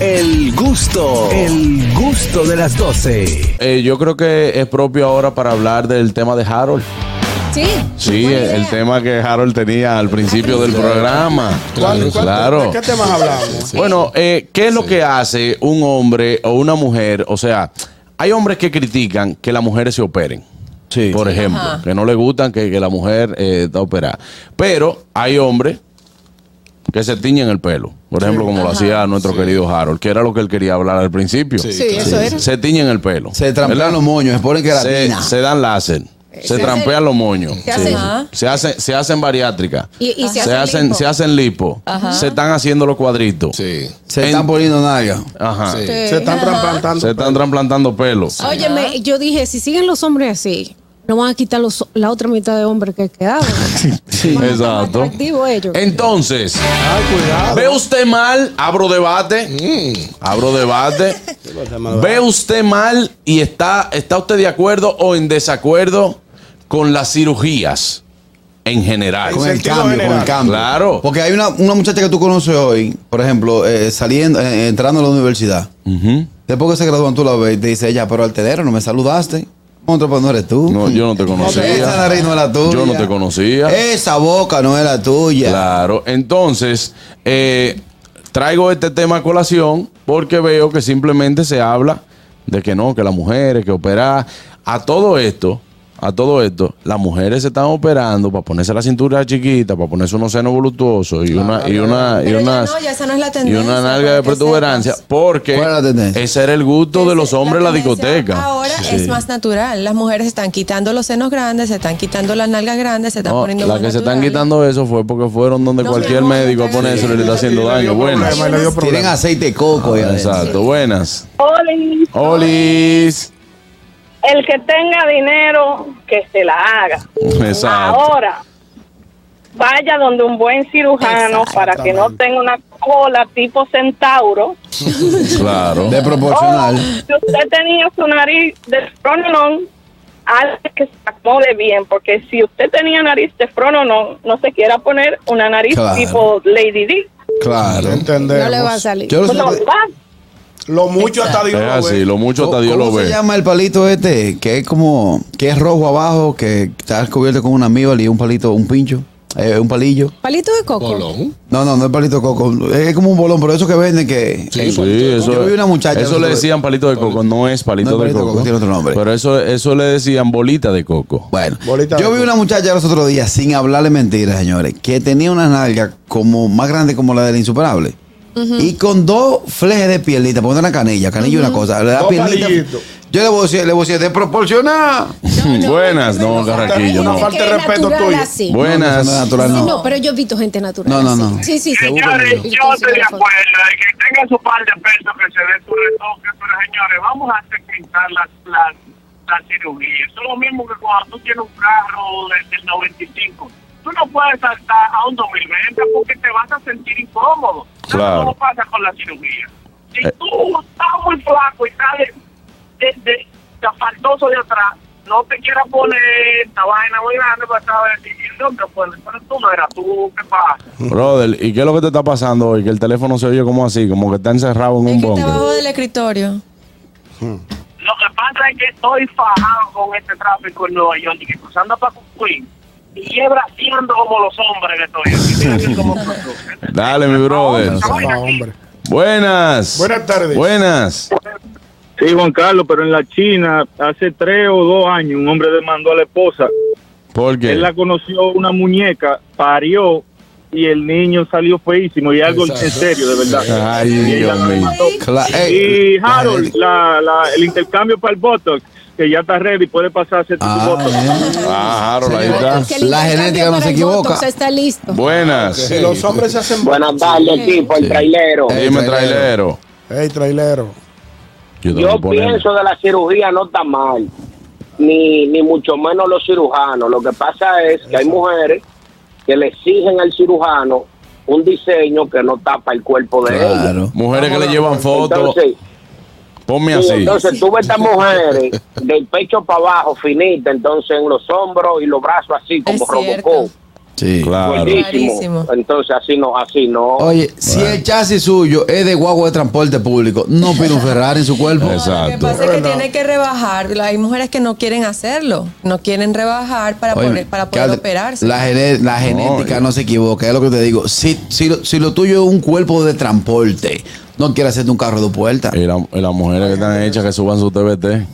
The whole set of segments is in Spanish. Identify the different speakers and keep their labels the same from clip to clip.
Speaker 1: El gusto, el gusto de las 12.
Speaker 2: Eh, yo creo que es propio ahora para hablar del tema de Harold.
Speaker 3: Sí.
Speaker 2: Sí,
Speaker 3: buena
Speaker 2: el, el
Speaker 3: idea.
Speaker 2: tema que Harold tenía al principio del programa.
Speaker 4: ¿Cuál- cuál-
Speaker 2: claro.
Speaker 4: ¿De qué temas hablamos?
Speaker 2: Bueno, eh, ¿qué es lo que hace un hombre o una mujer? O sea, hay hombres que critican que las mujeres se operen.
Speaker 1: Sí.
Speaker 2: Por ejemplo,
Speaker 3: Ajá.
Speaker 2: que no le gustan que, que la mujer eh, está operada. Pero hay hombres que se tiñen el pelo. Por ejemplo, como lo hacía nuestro querido Harold, que era lo que él quería hablar al principio.
Speaker 3: Sí, eso era.
Speaker 2: Se tiñen el pelo.
Speaker 5: Se trampean
Speaker 2: ¿verdad?
Speaker 5: los moños, se ponen
Speaker 2: se,
Speaker 5: queratina.
Speaker 2: se dan láser. Se
Speaker 3: Eh, se
Speaker 2: trampean los moños.
Speaker 3: se hacen- Ajá.
Speaker 2: se hacen, se hacen bariátricas.
Speaker 3: Y- y se
Speaker 2: se
Speaker 3: hacen
Speaker 2: hacen,
Speaker 3: lipo.
Speaker 2: se hacen lipo. Se están haciendo los cuadritos.
Speaker 6: Sí.
Speaker 5: Se están poniendo nalga.
Speaker 2: Ajá.
Speaker 6: Sí.
Speaker 4: Se están trasplantando.
Speaker 2: Ah. Se están trasplantando pelos.
Speaker 3: Ah,
Speaker 7: Óyeme, yo dije, si siguen los hombres así, no van a quitar los, la otra mitad de hombres que quedaron.
Speaker 2: Exacto.
Speaker 7: Atractivo ellos.
Speaker 2: Entonces,
Speaker 4: Ay, cuidado.
Speaker 2: ¿ve usted mal? Abro debate. Abro debate. ¿Ve usted mal y está, está usted de acuerdo o en desacuerdo con las cirugías en general?
Speaker 5: Con el
Speaker 4: sentido
Speaker 5: cambio, con
Speaker 4: general.
Speaker 5: el cambio.
Speaker 2: Claro.
Speaker 5: Porque hay una, una muchacha que tú conoces hoy, por ejemplo, eh, saliendo, eh, entrando a la universidad.
Speaker 2: Ujú.
Speaker 5: Después que se gradúan, tú la ves y te dice, ella, pero al tedero no me saludaste. Otro, pues no eres tú.
Speaker 2: No, yo no te
Speaker 5: Esa
Speaker 2: conocía.
Speaker 5: nariz no era tuya.
Speaker 2: Yo no te conocía.
Speaker 5: Esa boca no era tuya.
Speaker 2: Claro, entonces eh, traigo este tema a colación porque veo que simplemente se habla de que no, que las mujeres, que operar. A todo esto, a todo esto, las mujeres se están operando para ponerse la cintura chiquita, para ponerse unos senos voluptuosos y una, y una, y
Speaker 3: Pero ya
Speaker 2: unas-
Speaker 3: no, ya esa no es la
Speaker 2: y
Speaker 3: tendencia,
Speaker 2: una nalga
Speaker 3: para
Speaker 2: de
Speaker 3: que
Speaker 2: protuberancia,
Speaker 3: sepas.
Speaker 2: porque
Speaker 5: ¿Cuál es la tendencia?
Speaker 2: ese era el gusto de los
Speaker 3: Entonces,
Speaker 2: hombres en la
Speaker 3: tendencia
Speaker 2: discoteca.
Speaker 3: Ahora
Speaker 2: Sí.
Speaker 3: es más natural. Las mujeres están quitando los senos grandes, se están quitando las nalgas grandes, se están
Speaker 2: No,
Speaker 3: poniendo
Speaker 2: la
Speaker 3: más
Speaker 2: que se están
Speaker 3: naturales.
Speaker 2: quitando eso fue porque fueron donde
Speaker 3: No,
Speaker 2: cualquier
Speaker 3: mi amor,
Speaker 2: médico a
Speaker 3: no te
Speaker 2: ponerse le
Speaker 3: hagas.
Speaker 2: está haciendo
Speaker 4: Le dio
Speaker 2: daño.
Speaker 4: problema,
Speaker 2: Buenas.
Speaker 4: le dio
Speaker 5: Tienen
Speaker 4: problema.
Speaker 5: aceite de coco. y adentro.
Speaker 2: Ah, Exacto, buenas.
Speaker 8: Oli,
Speaker 2: Oh. Olis.
Speaker 8: el que tenga dinero, que se la haga.
Speaker 2: Exacto.
Speaker 8: Ahora, vaya donde un buen cirujano para que no tenga una cola tipo centauro.
Speaker 2: Claro.
Speaker 8: O,
Speaker 5: Desproporcional.
Speaker 8: si usted tenía su nariz de frononón, algo que se acomode bien, porque si usted tenía nariz de frononón, no se quiera poner una nariz
Speaker 5: Claro.
Speaker 8: tipo Lady D.
Speaker 2: Oh.
Speaker 5: Claro.
Speaker 4: Entendemos.
Speaker 7: No le va a salir.
Speaker 5: Yo no sé-
Speaker 8: No va.
Speaker 4: Lo mucho hasta
Speaker 2: Es
Speaker 4: Dios. lo
Speaker 2: así,
Speaker 4: ve.
Speaker 2: lo mucho hasta Dios
Speaker 5: ¿Cómo
Speaker 2: lo
Speaker 5: se
Speaker 2: ve.
Speaker 5: llama el palito este? Que es como, que es rojo abajo, que está cubierto con una amíbal y un palito, un pincho, eh, un palillo.
Speaker 7: Palito de coco.
Speaker 6: Colón.
Speaker 5: No, no, no es palito de coco, es como un bolón, pero eso que venden que...
Speaker 6: Sí,
Speaker 2: Sí,
Speaker 6: palito.
Speaker 2: eso,
Speaker 5: Yo vi una muchacha
Speaker 2: eso le
Speaker 5: nosotros-
Speaker 2: decían palito de coco, no es palito,
Speaker 5: No es palito
Speaker 2: de
Speaker 5: de
Speaker 2: coco,
Speaker 5: coco, tiene otro nombre.
Speaker 2: Pero eso, eso le decían bolita de coco.
Speaker 5: Bueno,
Speaker 4: Bolita
Speaker 5: yo
Speaker 4: de
Speaker 5: vi
Speaker 4: coco.
Speaker 5: una muchacha los otros días, sin hablarle mentiras, señores, que tenía una nalga como más grande como la del insuperable. Y con dos flejes de pielita, poniendo una canilla, canilla y una cosa. Le da
Speaker 4: Dos
Speaker 5: pielita.
Speaker 4: palillitos.
Speaker 5: Yo le voy a decir, le voy a decir, desproporcionada.
Speaker 2: buenas, no,
Speaker 7: no,
Speaker 2: Carraquillo,
Speaker 4: Una
Speaker 2: no.
Speaker 4: falta de
Speaker 7: Que es
Speaker 4: respeto
Speaker 7: natural
Speaker 4: tuyo.
Speaker 7: así.
Speaker 2: Buenas.
Speaker 5: No, no, natural,
Speaker 7: Sí,
Speaker 5: no.
Speaker 7: no, pero yo he visto gente natural.
Speaker 5: No, no,
Speaker 7: así.
Speaker 5: no.
Speaker 7: Sí, sí, sí.
Speaker 8: Señores, yo estoy de acuerdo de que tenga su par de pesos que se dé su retoque, pero señores, vamos a segmentar las, las, las cirugías. Eso es lo mismo que cuando tú tienes un carro desde el 95. Tú no puedes saltar a un 2020 porque te vas a sentir incómodo. Eso
Speaker 2: Claro.
Speaker 8: no pasa con la cirugía. Si
Speaker 2: Eh.
Speaker 8: tú estás muy flaco y sales de, de, de faltoso de atrás, no te quieras poner esta vaina muy grande para estar decidiendo que pues, pero tú no eras tú, ¿qué pasa?
Speaker 2: Brother, ¿y qué es lo que te está pasando hoy? Que el teléfono se oye como así, como que está encerrado en
Speaker 3: Es
Speaker 2: un
Speaker 3: que está abajo
Speaker 2: bongo.
Speaker 3: del escritorio.
Speaker 8: Lo que pasa es que estoy fajado con este tráfico en Nueva York y que cruzando para Cucuy y es braceando como los hombres que estoy aquí. Mira que como cruzo.
Speaker 2: Dale, mi brother.
Speaker 4: Ah, hombre.
Speaker 2: Buenas.
Speaker 4: Buenas tardes.
Speaker 2: Buenas.
Speaker 9: Sí, Juan Carlos, pero en la China, hace tres o dos años, un hombre demandó a la esposa.
Speaker 2: ¿Por qué?
Speaker 9: Él la conoció una muñeca, parió y el niño salió feísimo y algo en
Speaker 6: Exacto.
Speaker 9: serio, de verdad.
Speaker 2: Ay,
Speaker 9: Y
Speaker 2: Dios
Speaker 9: ella-
Speaker 2: mío.
Speaker 5: Cla- Ah, eh,
Speaker 9: Y Harold, la, la- el intercambio para el Botox, que ya está ready, puede pasarse tu
Speaker 5: Ah,
Speaker 9: Botox.
Speaker 5: eh.
Speaker 2: Ah, Harold, ahí
Speaker 5: Señor,
Speaker 2: está.
Speaker 5: es La genética no se equivoca.
Speaker 7: está listo.
Speaker 2: Buenas.
Speaker 4: Si los hombres se hacen.
Speaker 8: Buenas tardes, equipo, el trailero.
Speaker 5: Eh,
Speaker 2: Dime, trailero.
Speaker 5: trailero.
Speaker 4: Ey, trailero.
Speaker 2: te voy
Speaker 8: Yo
Speaker 2: a poner.
Speaker 8: pienso de la cirugía no está mal, ni, ni mucho menos los cirujanos. Lo que pasa es que hay mujeres que le exigen al cirujano un diseño que no tapa el cuerpo de ellos.
Speaker 5: Claro.
Speaker 2: Mujeres que le llevan fotos.
Speaker 8: Entonces,
Speaker 2: Ponme
Speaker 8: Sí,
Speaker 2: así.
Speaker 8: entonces tú ves estas mujeres del pecho para abajo, finita, entonces en los hombros y los brazos así, como
Speaker 3: Es cierto.
Speaker 8: Robocop.
Speaker 5: Sí.
Speaker 2: Claro.
Speaker 8: pues,
Speaker 3: Clarísimo.
Speaker 8: Buenísimo. Entonces, así no, así no.
Speaker 5: Oye, si el chasis suyo es de guagua de transporte público, no pide un Ferrari en su cuerpo.
Speaker 2: Exacto.
Speaker 3: Lo que pasa es que
Speaker 4: Verdad.
Speaker 3: tiene que rebajar. Hay mujeres que no quieren hacerlo, no quieren rebajar para
Speaker 5: Oye,
Speaker 3: poder, para poder
Speaker 5: Carla,
Speaker 3: operarse.
Speaker 5: La, gene- la genética
Speaker 2: oye.
Speaker 5: no se equivoca, es lo que te digo. Si, si, lo, si lo tuyo es un cuerpo de transporte, no quieres hacerte un carro de puerta.
Speaker 2: Y, la- y las mujeres que están hechas que suban su TBT.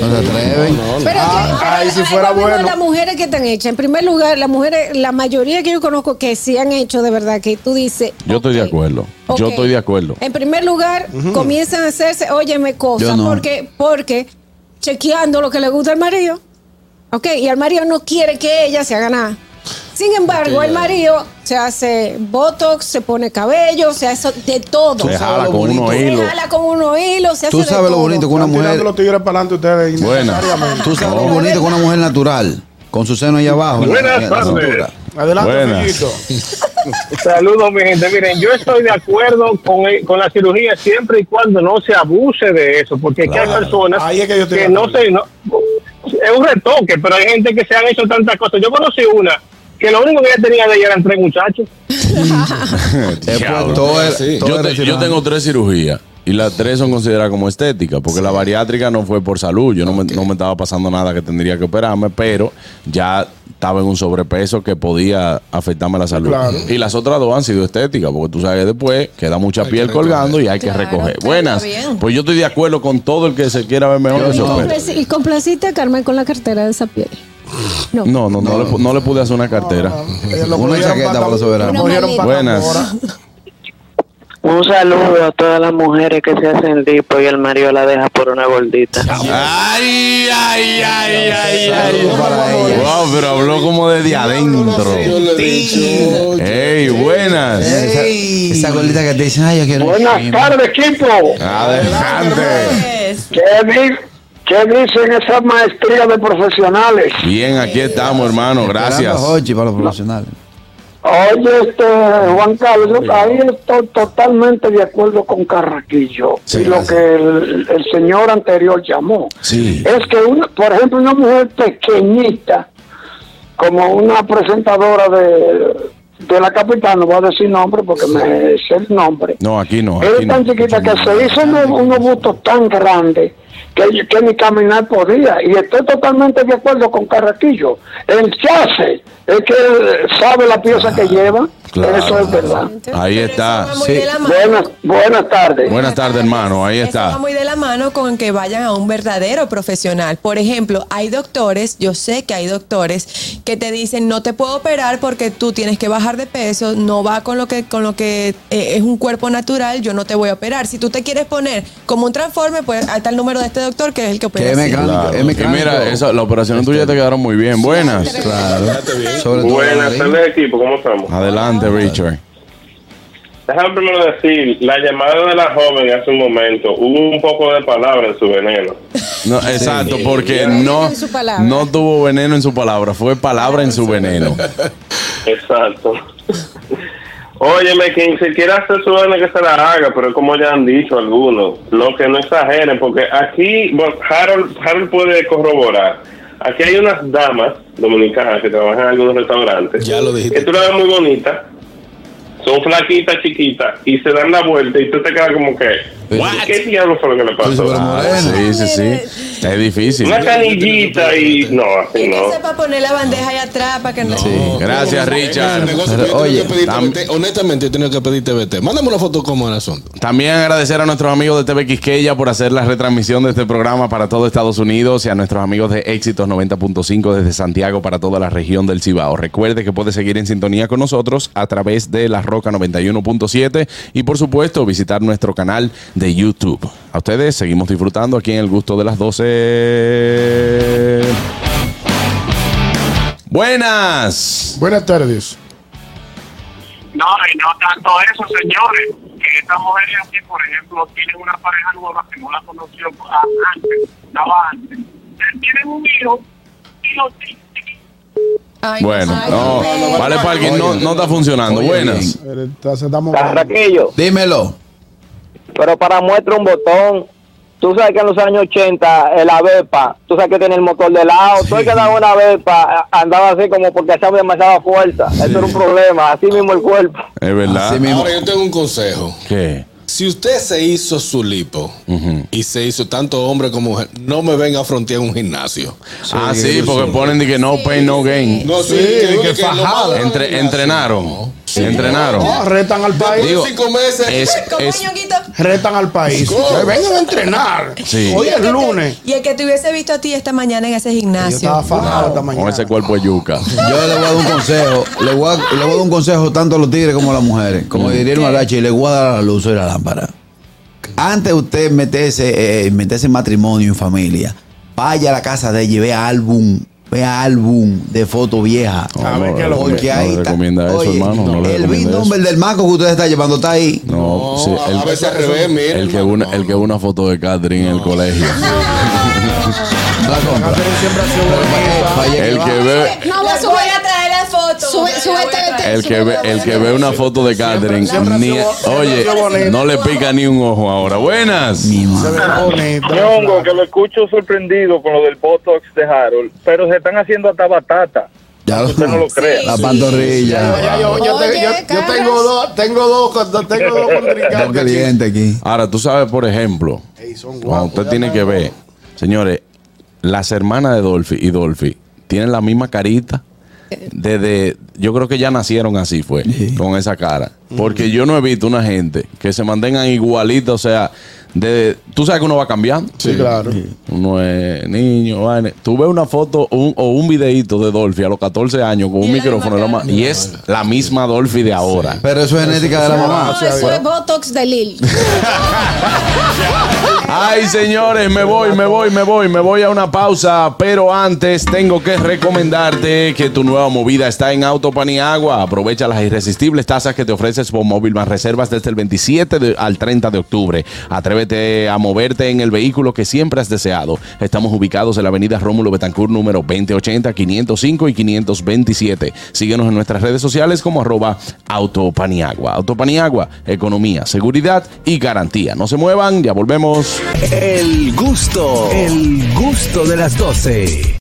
Speaker 5: No se atreven.
Speaker 7: Pero
Speaker 4: Ah,
Speaker 7: yo-
Speaker 4: ay,
Speaker 7: pero
Speaker 4: si
Speaker 7: ahí
Speaker 4: fuera
Speaker 7: volvemos a
Speaker 4: bueno.
Speaker 7: Las mujeres que están hechas. En primer lugar, las mujeres, la mayoría que yo conozco que sí han hecho de verdad, que tú dices.
Speaker 2: Yo estoy de
Speaker 7: ok,
Speaker 2: acuerdo. Yo
Speaker 7: ok.
Speaker 2: estoy de acuerdo.
Speaker 7: En primer lugar, comienzan a hacerse, óyeme,
Speaker 5: Yo
Speaker 7: cosas,
Speaker 5: no.
Speaker 7: porque, porque chequeando lo que le gusta al marido. Ok, y el marido no quiere que ella se haga nada. Sin embargo, el marido se hace botox, se pone cabello, se hace de todo.
Speaker 2: Se
Speaker 5: sabes
Speaker 2: jala
Speaker 5: lo
Speaker 2: con
Speaker 5: bonito.
Speaker 2: unos
Speaker 5: Se
Speaker 7: Se
Speaker 2: hilos.
Speaker 7: jala con unos hilos, se hace
Speaker 5: Tú
Speaker 7: de
Speaker 5: sabes lo
Speaker 7: todo.
Speaker 5: bonito que una
Speaker 4: Están tirando
Speaker 5: mujer.
Speaker 4: los tigres para adelante ustedes.
Speaker 2: Buena.
Speaker 4: innecesariamente.
Speaker 5: Tú sabes lo
Speaker 7: No.
Speaker 5: bonito que una mujer natural, con su seno allá abajo. en la-
Speaker 9: Buenas
Speaker 5: en la
Speaker 9: tardes.
Speaker 5: cintura.
Speaker 4: Adelante,
Speaker 2: Buena.
Speaker 4: Fellito.
Speaker 9: Saludos, mi gente. Miren, yo estoy de acuerdo con, eh, con la cirugía siempre y cuando no se abuse de eso, porque aquí hay personas
Speaker 4: Ahí es que yo estoy de
Speaker 9: no
Speaker 4: acuerdo.
Speaker 9: se. no- es un retoque, pero hay gente que se han hecho tantas cosas. Yo conocí una que lo único que ella tenía de ella eran tres muchachos.
Speaker 5: Después,
Speaker 2: Diablo.
Speaker 5: todo es- todo
Speaker 2: Yo,
Speaker 5: es
Speaker 2: te- yo
Speaker 5: cirujano.
Speaker 2: tengo tres cirugías y las tres son consideradas como estéticas, porque la bariátrica no fue por salud, yo no, me, no me estaba pasando nada que tendría que operarme, pero ya estaba en un sobrepeso que podía afectarme la salud.
Speaker 4: Claro.
Speaker 2: Y las otras dos han sido estéticas, porque tú sabes que después queda mucha piel colgando y hay que
Speaker 3: Claro,
Speaker 2: recoger.
Speaker 3: está
Speaker 2: Buenas,
Speaker 3: bien.
Speaker 2: pues yo estoy de acuerdo con todo el que se quiera ver mejor. que
Speaker 7: Y,
Speaker 2: se opere.
Speaker 7: complaci- y complaciste a Carmen con la cartera de esa piel. No.
Speaker 2: No, no, no, le, pu- no le pude hacer una cartera.
Speaker 4: Eh, lo
Speaker 5: Una
Speaker 4: cogieron
Speaker 5: chaqueta
Speaker 4: pa'
Speaker 5: para los soberanos.
Speaker 4: lo cogieron pa'
Speaker 2: Buenas.
Speaker 4: Tambora.
Speaker 6: Un saludo a todas las mujeres que se hacen lipo y el marido la deja por una gordita.
Speaker 2: Ay, ay, ay, ay, ay.
Speaker 5: Saludos para ella.
Speaker 2: Wow, pero habló como desde adentro. Ey, buenas.
Speaker 5: Esa, esa gordita que te dicen, ay, yo quiero. un
Speaker 8: Buenas
Speaker 5: chino".
Speaker 8: tardes, equipo.
Speaker 5: Ah.
Speaker 2: Adelante.
Speaker 3: Pues,
Speaker 8: ¿Qué, di- qué dicen esas maestrías de profesionales?
Speaker 2: Bien, aquí estamos, hermano. Gracias.
Speaker 5: Esperando a Hochi para los profesionales.
Speaker 8: Oye, este, Juan Carlos, yo ahí estoy totalmente de acuerdo con Carraquillo
Speaker 5: Sí,
Speaker 8: y lo
Speaker 5: gracias.
Speaker 8: que el, el señor anterior llamó.
Speaker 5: Sí.
Speaker 8: Es que, una, por ejemplo, una mujer pequeñita, como una presentadora de, de la capital, no voy a decir nombre porque me sé el nombre,
Speaker 2: No, aquí no.
Speaker 8: Era
Speaker 2: Aquí no.
Speaker 8: tan chiquita que se hizo unos, unos bustos tan grandes que, yo- que ni caminar podía. Y estoy totalmente de acuerdo con Carraquillo. El chase es que él sabe la pieza que lleva.
Speaker 2: claro.
Speaker 8: Eso es verdad.
Speaker 2: Ahí
Speaker 3: pero
Speaker 2: está.
Speaker 3: eso va muy
Speaker 5: Sí.
Speaker 3: de la mano.
Speaker 8: Buenas, buenas tardes.
Speaker 2: Buenas tardes, hermano. Ahí
Speaker 3: Eso va
Speaker 2: está.
Speaker 3: muy de la mano con que vayan a un verdadero profesional. Por ejemplo, hay doctores, yo sé que hay doctores que te dicen no te puedo operar porque tú tienes que bajar de peso, no va con lo que con lo que eh, es un cuerpo natural, yo no te voy a operar. Si tú te quieres poner como un transforme, pues ahí está el número de este doctor que es el que opera.
Speaker 5: Que es
Speaker 3: así.
Speaker 5: mecánico.
Speaker 2: Claro.
Speaker 5: Es
Speaker 2: Y
Speaker 5: mecánico. Este.
Speaker 2: mira, esa- las operaciones tuyas te quedaron muy bien. Buenas.
Speaker 5: Claro. Sobre todo
Speaker 10: Buenas
Speaker 5: ahí.
Speaker 10: tardes, equipo, ¿cómo estamos?
Speaker 2: Ah. Adelante, Richard.
Speaker 10: Déjame primero decir, la llamada de la joven hace un momento, hubo un poco de palabra en su veneno.
Speaker 2: No, exacto, porque
Speaker 7: Veneno
Speaker 2: no,
Speaker 7: en su palabra.
Speaker 2: no tuvo veneno en su palabra, fue palabra en su veneno.
Speaker 10: Exacto. Óyeme, quien se quiera hacer su vaina que se la haga, pero como ya han dicho algunos, lo que no exageren, porque aquí, bueno, Harold, Harold puede corroborar, aquí hay unas damas dominicanas que trabajan en algunos restaurantes,
Speaker 1: Ya lo dijiste.
Speaker 10: que tú la ves muy bonita, son flaquitas, chiquitas, y se dan la vuelta y tú te quedas como que, ¿qué diablo fue lo que le
Speaker 5: Tú dices,
Speaker 10: pasó?
Speaker 5: pero
Speaker 2: Ah, sí,
Speaker 5: Morena.
Speaker 2: sí, sí. Es difícil.
Speaker 10: Una canillita y... No,
Speaker 3: Y
Speaker 10: así
Speaker 3: que
Speaker 10: no.
Speaker 3: sepa poner la bandeja ahí atrás para que no.
Speaker 2: Sí, Gracias,
Speaker 11: El
Speaker 2: Richard.
Speaker 11: negocio, yo he
Speaker 5: Pero,
Speaker 11: tenido
Speaker 5: oye,
Speaker 11: que pedir
Speaker 2: tam-
Speaker 11: TBT, honestamente, he tenido que pedir TBT. Mándame una foto como el asunto.
Speaker 2: También agradecer a nuestros amigos de TV Quisqueya por hacer la retransmisión de este programa para todo Estados Unidos y a nuestros amigos de Éxitos 90.5 desde Santiago para toda la región del Cibao. Recuerde que puede seguir en sintonía con nosotros a través de La Roca 91.7 y por supuesto visitar nuestro canal de YouTube. A ustedes seguimos disfrutando aquí en El Gusto de las 12. Buenas.
Speaker 4: Buenas tardes.
Speaker 8: No, y no tanto eso, señores. Que estas mujeres aquí, por ejemplo, tienen una pareja nueva que no la conoció ah, antes, estaba antes. Tienen un hijo y los
Speaker 3: Ay,
Speaker 2: Bueno,
Speaker 3: ay,
Speaker 2: no,
Speaker 3: no,
Speaker 2: vale parking, no, no está funcionando.
Speaker 5: Oye,
Speaker 2: Buenas.
Speaker 5: bien.
Speaker 4: Entonces, estamos
Speaker 6: Carraquillo,
Speaker 5: Dímelo.
Speaker 6: pero para muestra un botón,
Speaker 12: Tú sabes que en los años 80, eh, la Vespa, tú sabes que tiene el motor de lado, tú sabes que daba una Vespa, a- andaba así como porque hacía demasiada fuerza. Eso era un problema, así mismo el cuerpo.
Speaker 2: Es verdad.
Speaker 11: Ahora yo tengo un consejo.
Speaker 2: ¿Qué?
Speaker 11: Si usted se hizo su lipo
Speaker 2: Ujú.
Speaker 11: y se hizo tanto hombre como mujer, no me venga a frontear un gimnasio.
Speaker 2: ah, sí, porque ponen de que no pain, no gain.
Speaker 11: No, sí, Sí, que- de que que fajada. lo malo-
Speaker 2: Entre- entrenaron. Entrenaron.
Speaker 4: No, retan al país.
Speaker 2: Digo, eh, es- es-
Speaker 4: retan al país.
Speaker 3: ¿Cómo?
Speaker 4: Vengan a entrenar.
Speaker 2: Sí.
Speaker 4: Hoy
Speaker 3: Y
Speaker 4: es
Speaker 3: el que te-
Speaker 4: lunes.
Speaker 3: Y el que te hubiese visto a ti esta mañana en ese
Speaker 5: Yo
Speaker 3: gimnasio.
Speaker 5: estaba fajado esta
Speaker 2: con ese cuerpo de yuca.
Speaker 5: Yo le voy a dar un consejo, le voy a, le voy a dar un consejo tanto a los tigres como a las mujeres. Como diría el Marachi, le voy a dar la luz y la lámpara. Antes de usted meterse, eh, meterse en matrimonio, en familia, vaya a la casa de ella y vea álbum, vea álbum de foto vieja.
Speaker 2: A ver qué es lo que-
Speaker 5: Porque
Speaker 2: no
Speaker 5: ahí
Speaker 2: le
Speaker 5: está.
Speaker 2: recomienda eso,
Speaker 5: Oye,
Speaker 2: hermano, no le
Speaker 5: el
Speaker 2: recomienda
Speaker 5: big
Speaker 2: eso.
Speaker 5: number del maco que usted está llevando está ahí.
Speaker 2: No, sí, el,
Speaker 11: a veces al revés, mira,
Speaker 2: el que una, el que una foto de Catherine en el colegio. el que ve,
Speaker 7: No,
Speaker 3: Les voy a traer la foto.
Speaker 7: Sube- súbete,
Speaker 2: el que ve, el que ve una foto de Catherine, ni- oye, no le pica ni un ojo ahora. Buenas.
Speaker 11: Eh,
Speaker 13: Ñongo, que lo escucho sorprendido con lo del Botox de Harold, pero se están haciendo hasta batata.
Speaker 5: Ya
Speaker 13: usted no lo cree.
Speaker 5: La pantorrilla.
Speaker 4: Yo, yo te- yo- yo tengo dos, tengo dos, con- tengo dos contrincantes.
Speaker 2: Ahora, tú sabes, por ejemplo, cuando usted tiene que ver, señores, las hermanas de Dolphy y Dolphy tienen la misma carita. Desde, yo creo que ya nacieron así, fue, con esa cara. Porque yo no he visto una gente que se mantengan igualita, o sea, de, tú sabes que uno va cambiando.
Speaker 4: Sí, claro.
Speaker 2: Uno es niño, vaina. tú ves una foto un- o un videito de Dolphy a los 14 años con un micrófono en la mano y es la misma Dolphy de ahora.
Speaker 5: Pero eso es genética de la mamá.
Speaker 7: No, eso es Botox de Lil.
Speaker 2: Ay, señores, me voy, me voy, me voy, me voy a una pausa. Pero antes tengo que recomendarte que tu nueva movida está en Auto Paniagua. Aprovecha las irresistibles tasas que te ofrece móvil más reservas desde el 27 de- al 30 de octubre. Atrévete a moverte en el vehículo que siempre has deseado. Estamos ubicados en la avenida Rómulo Betancourt número 2080, 505 y 527. Síguenos en nuestras redes sociales como arroba Autopaniagua. Autopaniagua, economía, seguridad y garantía. No se muevan, ya volvemos.
Speaker 1: El gusto, el gusto de las 12.